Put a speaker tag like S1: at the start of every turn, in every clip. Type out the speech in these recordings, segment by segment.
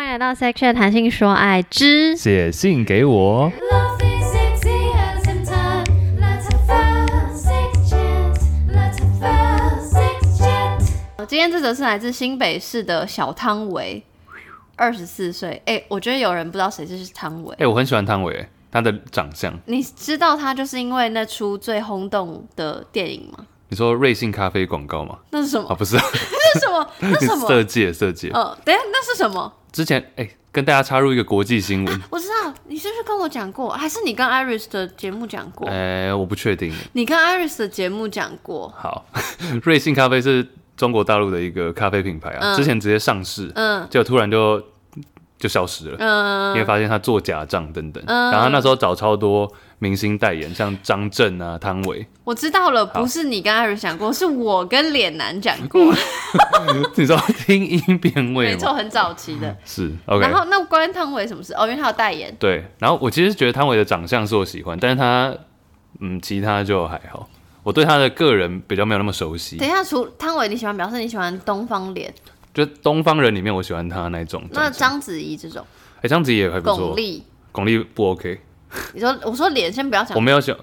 S1: 迎来到 Section 谈性说爱之
S2: 写信给我。
S3: Love is sexy as in time. Let's have a sex chat. Let's have a sex chat.
S4: 今天这则是来自新北市的小汤唯，二十四岁。哎、我觉得有人不知道谁是汤唯
S2: 哎、，我很喜欢汤唯，他的长相。
S4: 你知道他就是因为那出最轰动的电影吗？
S2: 你说瑞幸咖啡广告吗？
S4: 那是什么
S2: 啊，？不 是，
S4: 那是什么？那是什
S2: 你
S4: 么
S2: 色？戒色戒。
S4: 呃，等一下，那是什么？
S2: 之前哎、跟大家插入一个国际新闻，
S4: 我知道，你是不是跟我讲过？还是你跟 Iris 的节目讲过？
S2: 哎、我不确定。
S4: 你跟 Iris 的节目讲过？
S2: 好， 瑞幸咖啡是中国大陆的一个咖啡品牌啊，
S4: 嗯
S2: 之前直接上市，
S4: 嗯
S2: 结果突然就就消失了。
S4: 嗯
S2: 因为发现他做假账等等，
S4: 嗯
S2: 然后他那时候找超多明星代言，像张震啊、汤唯，
S4: 我知道了，
S2: 好
S4: 不是你跟 Iris 讲过，是我跟脸男讲过，
S2: 你知道听音辨
S4: 嗯
S2: 位
S4: 没
S2: 吗
S4: 错，？很早期的。
S2: 是 OK。
S4: 然后那关汤唯什么事？哦，因为他有代言。
S2: 对，然后我其实觉得汤唯的长相是我喜欢，但是他嗯，其他就还好。我对他的个人比较没有那么熟悉
S4: 等，一下，除汤唯你喜欢，表示你喜欢东方脸，
S2: 就东方人里面我喜欢他那一种长相。
S4: 那章子怡这种，
S2: 哎，章子怡也还不
S4: 巩
S2: 错，
S4: 俐，
S2: 巩俐不 OK，
S4: 你说我说脸，先不要讲
S2: 我，没有喜欢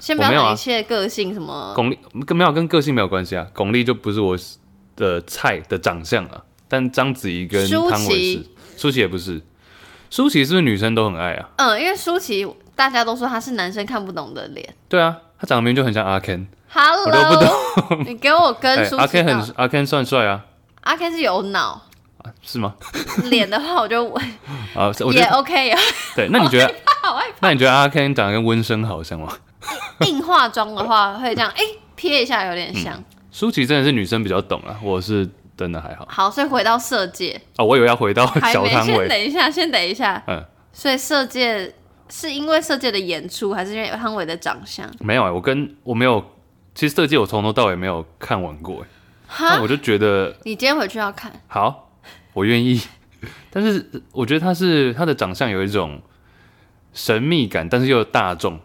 S4: 先不要
S2: 我没有啊
S4: 讲一切个性什么，
S2: 巩俐，跟没有啊跟个性没有关系啊，巩俐就不是我的菜的长相啊，但章子怡跟
S4: 舒
S2: 汤唯是
S4: 淇，
S2: 舒淇也不是，舒淇是不是女生都很爱啊？
S4: 嗯，因为舒淇大家都说她是男生看不懂的脸。
S2: 对啊，她长得明明就很像阿 Ken，我都不
S4: Hello，你给我跟
S2: 哎、
S4: 舒
S2: 阿
S4: 淇
S2: Ken
S4: 道、
S2: 很阿 Ken 算帅啊，
S4: 阿 Ken 是有脑，
S2: 啊是吗？
S4: 脸的话我 就
S2: 啊，我觉
S4: 也
S2: 得
S4: OK 啊，
S2: 对，那你觉得？
S4: 好害
S2: 那你觉得阿 Ken 长得跟温升豪像吗？
S4: 怕。硬化妆的话会这样，哎、瞥一下有点像。
S2: 舒淇真的是女生比较懂啊，我是真的还好
S4: 好，所以回到色戒，
S2: 啊。我以为要回到
S4: 还
S2: 小
S4: 没，
S2: 汤
S4: 先
S2: 唯，
S4: 等一下，先等一下。
S2: 嗯，
S4: 所以色戒是因为色戒的演出，还是因为汤唯的长相？
S2: 没有、啊，我跟我没有，其实这季我从头到尾没有看完过、欸，
S4: 哈
S2: 那，我就觉得
S4: 你今天回去要看，
S2: 好，我愿意。但是我觉得他是他的长相有一种神秘感，但是又大众，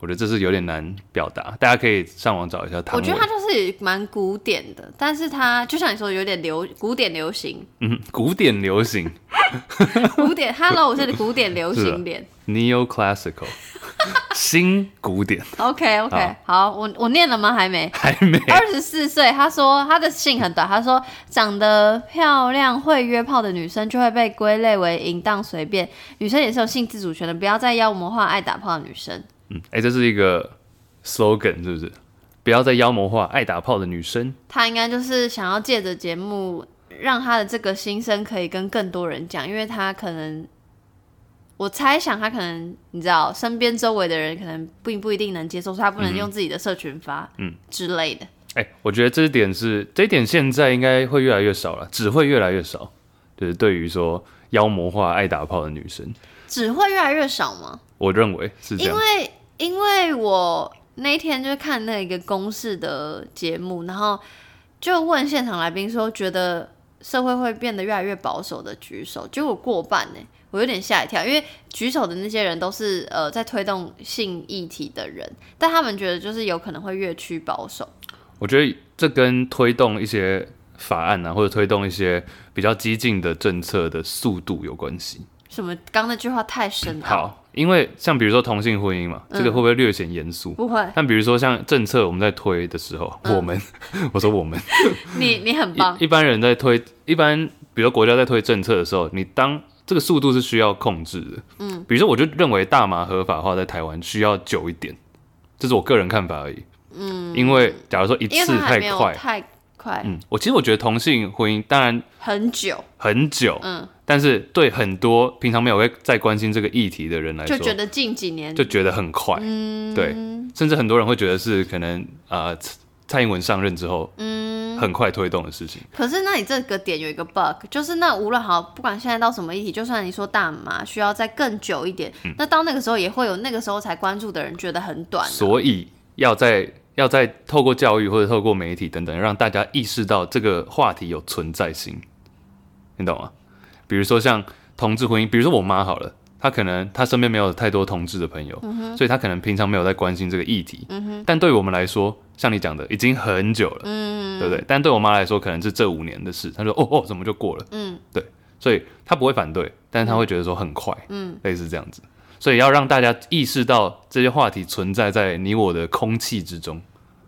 S2: 我觉得这是有点难表达。大家可以上网找一下汤
S4: 我
S2: 唯
S4: 觉得他就是蛮古典的，但是他就像你说，有点流古典流 行，
S2: 嗯，古典流行
S4: 古典。Hello，我是古典流
S2: 是的
S4: 行脸。
S2: （neo classical） 新古典
S4: OK OK，好，我我念了吗？还 没。
S2: 还没
S4: 二十四岁，他说他的信很短，他说长得漂亮会约炮的女生就会被归类为淫荡随便，女生也是有性自主权的，不要再妖魔化爱打炮的女生。
S2: 嗯，哎、这是一个 slogan，是不是？不要再妖魔化爱打炮的女生。
S4: 他应该就是想要借着节目，让他的这个心声可以跟更多人讲，因为他可能，我猜想他可能你知道，身边周围的人可能并不一定能接受，所以他不能用自己的社群发，
S2: 嗯
S4: 之类的。
S2: 哎、我觉得这一点是这一点现在应该会越来越少了，只会越来越少。就是对于说妖魔化爱打炮的女生，
S4: 只会越来越少吗？
S2: 我认为是这
S4: 因
S2: 样。
S4: 为因为我那一天就是看那个公式的节目，然后就问现场来宾说，觉得社会会变得越来越保守的举手，结果过半呢、我有点吓一跳，因为举手的那些人都是呃在推动性议题的人，但他们觉得就是有可能会越趋保守。
S2: 我觉得这跟推动一些法案啊，或者推动一些比较激进的政策的速度有关系。
S4: 什么？刚刚那句话太深奥，
S2: 好，因为像比如说同性婚姻嘛，这个
S4: 嗯
S2: 会不会略显严肃？
S4: 不会，
S2: 但比如说像政策我们在推的时候，
S4: 嗯
S2: 我们 我说我们
S4: 你你很棒，
S2: 一一般人在推，一般比如国家在推政策的时候，你当这个速度是需要控制的。嗯，比如说我就认为大麻合法化在台湾需要久一点，这是我个人看法而已。嗯，因为假如说一
S4: 因为
S2: 次
S4: 他还
S2: 太
S4: 没有
S2: 快，
S4: 太快，
S2: 嗯，我其实我觉得同性婚姻当然
S4: 很久，
S2: 很久，
S4: 嗯，
S2: 但是对很多平常没有在关心这个议题的人来说，
S4: 就觉得近几年
S2: 就觉得很快，嗯，对，甚至很多人会觉得是可能啊、呃蔡蔡英文上任之后，嗯，很快推动的事情。
S4: 可是，那你这个点有一个 bug，就是那无论好，不管现在到什么议题，就算你说大麻需要再更久一点，
S2: 嗯
S4: 那到那个时候也会有那个时候才关注的人觉得很短、啊。
S2: 所以要在要在透过教育或者透过媒体等等，让大家意识到这个话题有存在性，你懂吗？比如说像同志婚姻，比如说我妈好了，她可能她身边没有太多同志的朋友，所以她可能平常没有在关心这个议题。但对我们来说，像你讲的，已经很久了，对不对？但对我妈来说，可能是这五年的事。她说：“哦哦，怎么就过了？”嗯，对。所以他不会反对，但是他会觉得说很快，嗯，类似这样子。所以要让大家意识到这些话题存在在你我的空气之中。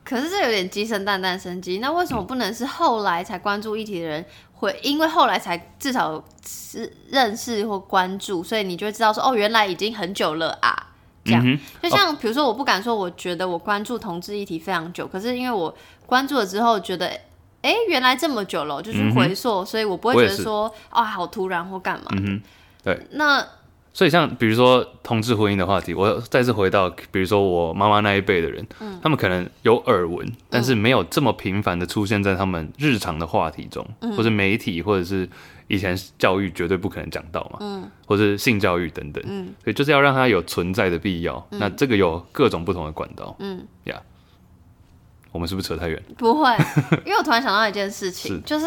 S4: 可是这有点鸡生蛋，蛋生鸡。那为什么不能是后来才关注议题的人会，因为后来才至少是认识或关注，所以你就会知道说，哦，原来已经很久了啊。这样，
S2: 嗯
S4: 就像比如说，我不敢说，我觉得我关注同志议题非常久，可是因为我关注了之后，觉得，哎，原来这么久了，我就去
S2: 嗯哼
S4: 回溯，所以我不会
S2: 嗯我也
S4: 觉得
S2: 是
S4: 说，哦，好突然或干嘛。
S2: 嗯哼，对。
S4: 那
S2: 所以像比如说同志婚姻的话题，我再次回到，比如说我妈妈那一辈的人，
S4: 嗯
S2: 他们可能有耳闻，但是没有这么频繁的出现在他们日常的话题中，
S4: 嗯
S2: 或是媒体，或者是以前教育绝对不可能讲到嘛，或是性教育等等，
S4: 嗯
S2: 所以就是要让它有存在的必要。那这个有各种不同的管道，
S4: 嗯
S2: 呀，我们是不是扯太远？
S4: 不 会，因为我突然想到一件事情，
S2: 是
S4: 就是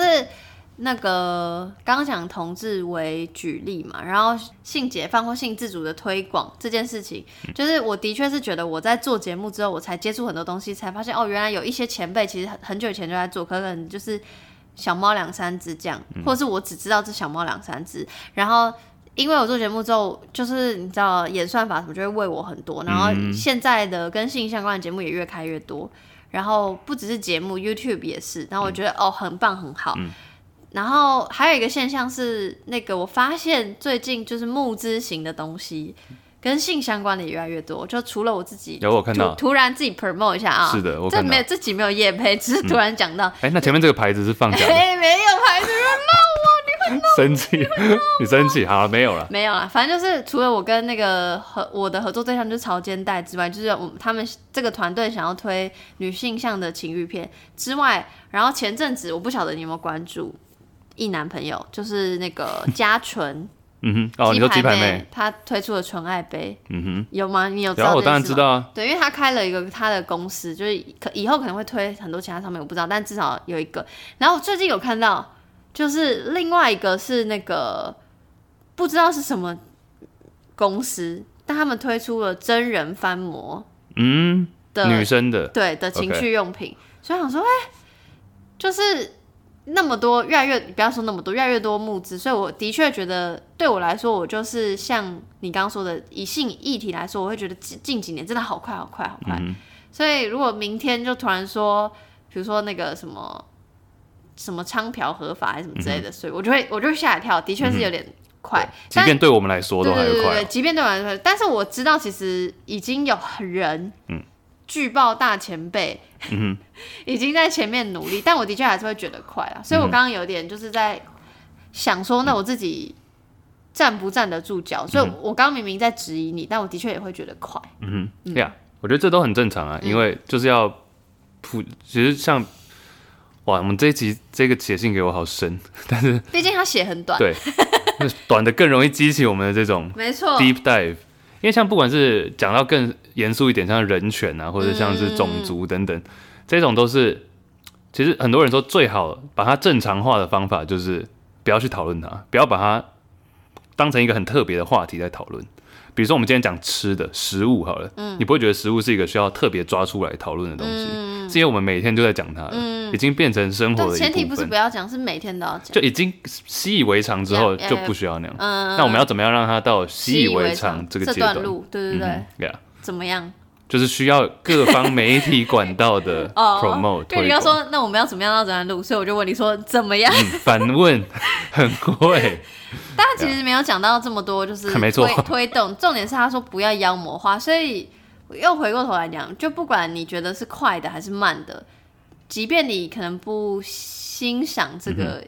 S4: 那个刚刚讲同志为举例嘛，然后性解放或性自主的推广这件事情，
S2: 嗯
S4: 就是我的确是觉得我在做节目之后，我才接触很多东西，才发现哦，原来有一些前辈其实很很久以前就在做，可能就是小猫两三只这样，
S2: 嗯
S4: 或者是我只知道这小猫两三只，然后。因为我做节目之后，就是你知道演算法什么就会喂我很多，然后
S2: 嗯
S4: 现在的跟性相关的节目也越开越多，然后不只是节目，YouTube 也是。然后我
S2: 嗯
S4: 觉得、哦，很棒，很好。然后还有一个现象是，那个我发现最近就是募资型的东西跟性相关的也越来越多。就除了我自己，
S2: 有我看到
S4: 突突然自己 promote 一下啊，
S2: 是的我
S4: 这
S2: 看到
S4: 没有这集没有夜配，只是突然讲到，
S2: 哎、那前面这个牌子是放假 的，
S4: 哎、没有排队
S2: 生气，你生气，好了，没有了，
S4: 没有啦，反正就是除了我跟那个合我的合作对象就是潮间带之外，就是我们他们这个团队想要推女性向的情欲片之外，然后前阵子我不晓得你有没有关注一男朋友，就是那个嘉纯
S2: 嗯哼， 哦，你说鸡排妹，，
S4: 他推出了纯爱杯，
S2: 嗯哼。
S4: 有吗？你有知
S2: 然
S4: 道？
S2: 后我当然知。道啊，
S4: 对，因为他开了一个他的公司，就是可以后可能会推很多其他商品，我不知道，但至少有一个。然后我最近有看到，就是另外一个是那个不知道是什么公司，但他们推出了真人翻模
S2: 嗯，
S4: 的
S2: 女生的，
S4: 对的情趣用品所以我想说，哎、就是那么多，越来越不要说那么多，越来越多募资，所以我的确觉得对我来说，我就是像你刚刚说的，以性议题来说，我会觉得近近几年真的好快，好快，好快。
S2: 嗯
S4: 所以如果明天就突然说，比如说那个什么什么娼嫖合法还是什么之类
S2: 嗯
S4: 的，所以我就会我就会吓一跳，的确是有点快，
S2: 即
S4: 但
S2: 便对我们来说都还
S4: 对
S2: 是
S4: 对
S2: 快
S4: 对，
S2: 哦，
S4: 即便对我来说，但是我知道其实已经有人
S2: 嗯
S4: 剧爆大前辈，
S2: 嗯
S4: 已经在前面努力，但我的确还是会觉得快
S2: 嗯
S4: 啊，所以我刚刚有点就是在想说，那我自己站不站得住脚？所以我刚刚明明在质疑你，但我的确也会觉得快，
S2: 嗯哼，对呀，我觉得这都很正常
S4: 嗯
S2: 啊，因为就是要普，其实像，哇，我们这一集这个写信给我好深，
S4: 毕竟他写很短，
S2: 对，那短的更容易激起我们的这种
S4: 没错，
S2: deep dive。因为像不管是讲到更严肃一点，像人权啊，或者像是种
S4: 嗯
S2: 族等等，这种都是其实很多人说最好把它正常化的方法就是不要去讨论它，不要把它当成一个很特别的话题在讨论。比如说我们今天讲吃的食物好了，
S4: 嗯
S2: 你不会觉得食物是一个需要特别抓出来讨论的东西，是因为我们每天就在讲它了，已经变成生活
S4: 嗯但
S2: 的一部分。
S4: 前提不是不要讲，是每天都要讲
S2: 就。已经习以为常之后
S4: Yeah, yeah,
S2: 就不需要那样。
S4: 嗯
S2: 那我们要怎么样让它到习以为
S4: 常
S2: 常这个阶
S4: 段
S2: 段？
S4: 路，对对
S2: 嗯
S4: 对，
S2: 哼，Yeah，
S4: 怎么样？
S2: 就是需要各方媒体管道的
S4: 哦
S2: promote
S4: 就你
S2: 推
S4: 刚
S2: 广。
S4: 说，那我们要怎么样到这段路？所以我就问你说怎么样？
S2: 嗯反问很会，
S4: 但他其实没有讲到这么多，就是推
S2: 没错
S4: 推动。重点是他说不要妖魔化，所以我又回过头来讲，就不管你觉得是快的还是慢的，即便你可能不欣赏这个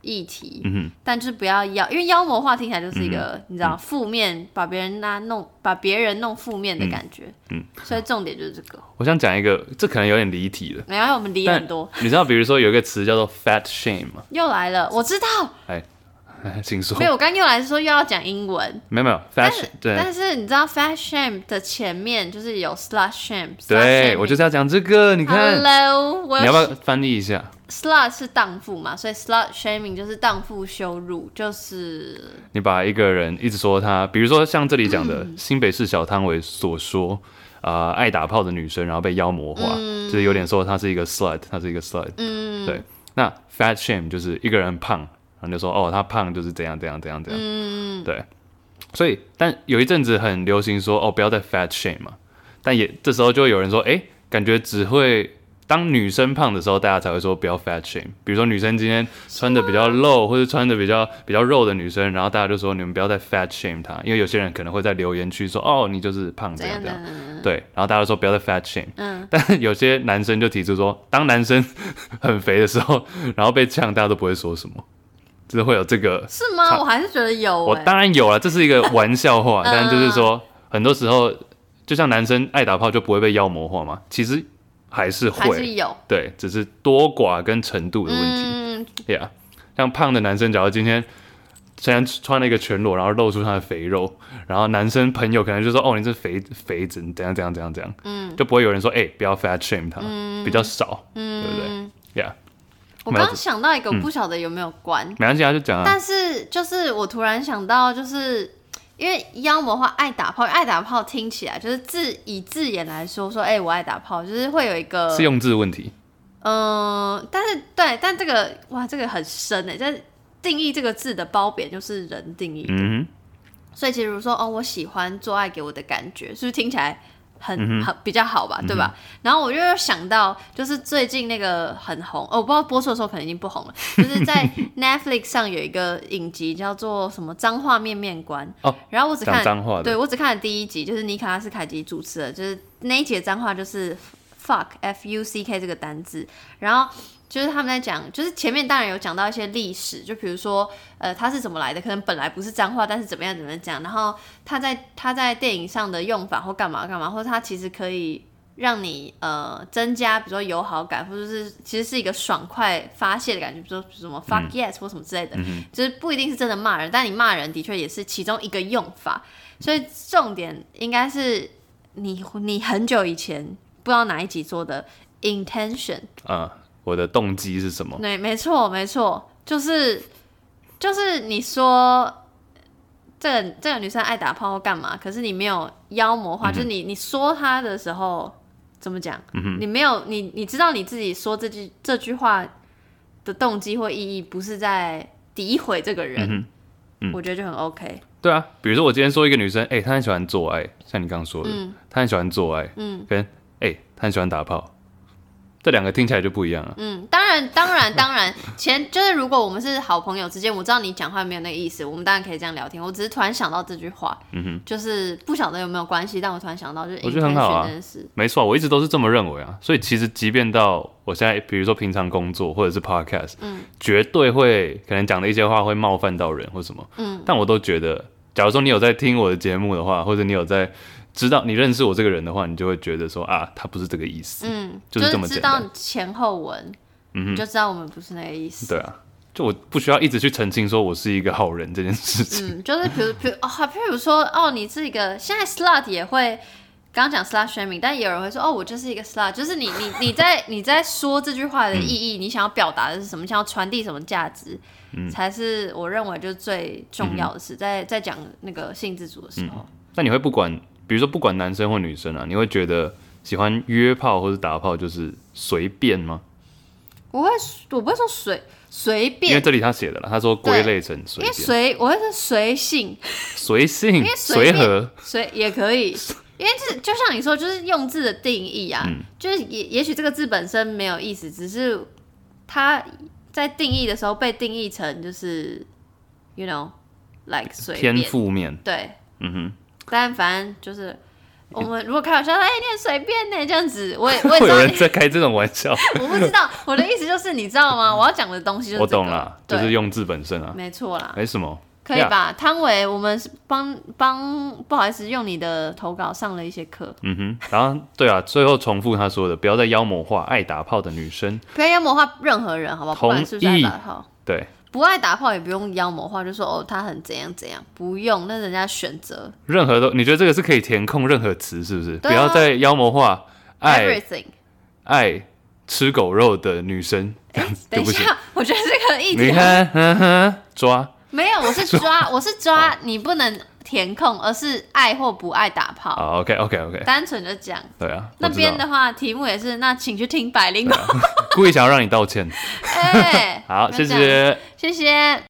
S4: 议题，
S2: 嗯
S4: 但就是不要妖，因为妖魔化听起来就是一个、你知道负面，把别人拉弄，把别人弄负面的感觉。
S2: 嗯
S4: 所以重点就是这个。
S2: 哼，我想讲一个，这可能有点离题了。
S4: 然后我们离
S2: 但
S4: 很多，
S2: 你知道，比如说有一个词叫做 fat shame 吗？
S4: 又来了，我知道，
S2: 请说
S4: 没。有，我刚又来是说又要讲英文。
S2: 没有没有 fat
S4: 但是
S2: shame，对
S4: 但是你知道 fat shame 的前面就是有 slut shame，
S2: 对，我就是要讲这个。你
S4: 你
S2: 看，
S4: Hello，我
S2: 你要不要翻译一下？
S4: slut 是荡妇嘛，所以 slut shaming 就是荡妇羞辱，就是
S2: 你把一个人一直说他，比如说像这里讲的、新北市小汤唯所说，啊、爱打炮的女生，然后被妖魔化，就是有点说她是一个 slut，她是一个 slut。
S4: 嗯
S2: 对，那 fat shame 就是一个人很胖，然后就说哦，他胖就是怎样怎样怎样怎样，
S4: 嗯，
S2: 对。所以，但有一阵子很流行说哦，不要再 fat shame 嘛，但也这时候就会有人说，哎、感觉只会当女生胖的时候，大家才会说不要 fat shame。比如说女生今天穿的比较露，或者穿的比较比较肉的女生，然后大家就说你们不要再 fat shame 她，因为有些人可能会在留言区说哦，你就是胖这
S4: 怎
S2: 样
S4: 样
S2: 这
S4: 的
S2: 样，？对，然后大家就说不要再 fat shame。
S4: 嗯，
S2: 但有些男生就提出说，当男生 很肥的时候，然后被呛，大家都不会说什么，就是会有这个。
S4: 是吗？
S2: 差
S4: 我还是觉得有、
S2: 我
S4: 欸，
S2: 当然有了，这是一个玩 笑话，但就是说，很多时候就像男生爱打炮就不会被妖魔化嘛，其实还是
S4: 还是
S2: 会，
S4: 有。
S2: 对，只是多寡跟程度的问题。
S4: 嗯，
S2: Yeah，像胖的男生，假如今天虽然穿了一个全裸，然后露出他的肥肉，然后男生朋友可能就说：“哦，你是肥肥子，你怎样怎样怎样怎样。”嗯，就不会有人说：“哎、不要 fat shame 他，
S4: 嗯
S2: 比较少，对不对？”Yeah，
S4: 我
S2: 没
S4: 刚
S2: 有
S4: 刚想到一个，我不晓得有没有关，
S2: 没关系啊，就讲啊
S4: 但，是就是我突然想到，就是因为妖魔化爱打炮，爱打炮听起来就是字以字眼来说，说哎、我爱打炮，就是会有一个
S2: 是用字问题。
S4: 嗯，但是对，但这个哇，这个很深哎，这定义这个字的褒贬就是人定义，
S2: 嗯
S4: 所以其实如说哦，我喜欢做爱给我的感觉，是不是听起来很、
S2: 嗯
S4: 很比较好吧，对吧？然后我就想到，就是最近那个很红，哦，我不知道播出的时候可能已经不红 了，就是在 Netflix 上有一个影集叫做什么“脏话面面观”，
S2: 哦，
S4: 然后我只看
S2: 讲脏话的
S4: 对我只看了第一集，就是尼可拉斯凯奇主持的，就是那一集的脏话就是 fuck f u c k 这个单字，然后。就是他们在讲，就是前面当然有讲到一些历史，就比如说，呃，它是怎么来的？可能本来不是脏话，但是怎么样怎么样讲，然后它在它在电影上的用法或干嘛干嘛，或者它其实可以让你呃增加，比如说友好感，或者是其实是一个爽快发泄的感觉，比如说什么 fuck yes 或什么之类的，就是不一定是真的骂人，但你骂人的确也是其中一个用法，所以重点应该是你你很久以前不知道哪一集做的 intention，
S2: 哼，啊、我的动机是什么？
S4: 对，没错没错，就是就是你说这个这个女生爱打炮或干嘛，可是你没有妖魔化，就是你你说她的时候怎么讲，你没有你你知道你自己说这句这句话的动机或意义不是在诋毁这个人，我觉得就很 OK，
S2: 对啊，嗯比如说我今天说一个女生，哎、她很喜欢做爱，像你刚刚说的，她很喜欢做爱，嗯，跟哎、她很喜欢打炮，这两个听起来就不一样啊。
S4: 嗯，当然，当然，当然，前就是如果我们是好朋友之间，我知道你讲话没有那个意思，我们当然可以这样聊天。我只是突然想到这句话，嗯哼，就是不晓得有没有关系，但我突然想到就是
S2: 我觉得很好啊
S4: intention 这件事，
S2: 没错，我一直都是这么认为啊。所以其实即便到我现在，比如说平常工作或者是 podcast，嗯，绝对会可能讲的一些话会冒犯到人或什么，嗯，但我都觉得，假如说你有在听我的节目的话，或者你有在知道你认识我这个人的话，你就会觉得说啊，他不是这个意思，
S4: 嗯，
S2: 就是是这么
S4: 知
S2: 简
S4: 道
S2: 单
S4: 前后文，嗯，你就知道我们不是那个意思。
S2: 对啊，就我不需要一直去澄清说我是一个好人这件事情。
S4: 嗯，就是比如，比如哦，譬如说，哦，你是一个现在 slut 也会，刚刚讲 slut shaming，但也有人会说，哦，我就是一个 slut，就是你你你在你在说这句话的意义，你想要表达的是什么，想要传递什么价值，
S2: 嗯
S4: 才是我认为就是最重要的事，在在讲那个性自主的
S2: 嗯
S4: 时候，
S2: 那你会不管，比如说不管男生或女生啊，你会觉得喜欢约炮或者打炮就是随便吗？
S4: 我会我不会说随随
S2: 因为
S4: 便，
S2: 这里他写的了，他说归类成随
S4: 因为
S2: 便、
S4: 随我会说随性，
S2: 随性、
S4: 为随
S2: 随
S4: 便
S2: 和。
S4: 所以也可以，因为这就像你说，就是用字的定义啊，
S2: 嗯
S4: 就是也也许这个字本身没有意思，只是它在定义的时候被定义成就是，you know，like 随
S2: 偏
S4: 便，
S2: 负面，
S4: 对，
S2: 嗯哼，
S4: 但反正就是我们如果开玩笑说，哎、你很随便呢，这样子，我也我也
S2: 会
S4: 知
S2: 有
S4: 道
S2: 人
S4: 你，
S2: 在开这种玩 笑，
S4: 我不知道，我的意思就是你知道吗？我要讲的东西就是、
S2: 我
S4: 这个、
S2: 懂啦，就
S4: 对，
S2: 是用字本身啊，
S4: 没错啦。
S2: 没什么，
S4: 可以
S2: Yeah？
S4: 吧，汤唯，我们是帮帮不好意思，用你的投稿上了一些课。
S2: 嗯哼，然后对啊，最后重复他说的，不要再妖魔化爱打炮的女生，
S4: 不要妖魔化任何人，好不好？不管是不是
S2: 同
S4: 爱
S2: 意
S4: 打炮，
S2: 对，
S4: 不爱打炮也不用妖魔化，就说哦他很怎样怎样，不用，那人家选择
S2: 任何都，你觉得这个是可以填空任何词是不是？
S4: 对啊
S2: 不要再妖魔化爱
S4: everything。
S2: 爱吃狗肉的女 生，这样子
S4: 等
S2: 就
S4: 一
S2: 不行。
S4: 下， 我觉得这个议
S2: 你
S4: 题
S2: 看，呵呵，抓，
S4: 没有，我是 抓，我是抓，你不能填空，而是爱或不爱打炮，
S2: 好，OK，OK，OK，、
S4: 单纯就讲。
S2: 对啊，
S4: 那
S2: 我知
S4: 边
S2: 道
S4: 的话，题目也是，那请去 听百灵果。
S2: 故意想要让你道歉。
S4: 哎，
S2: 好，
S4: 那
S2: 谢
S4: 这样，
S2: 谢。
S4: 谢谢。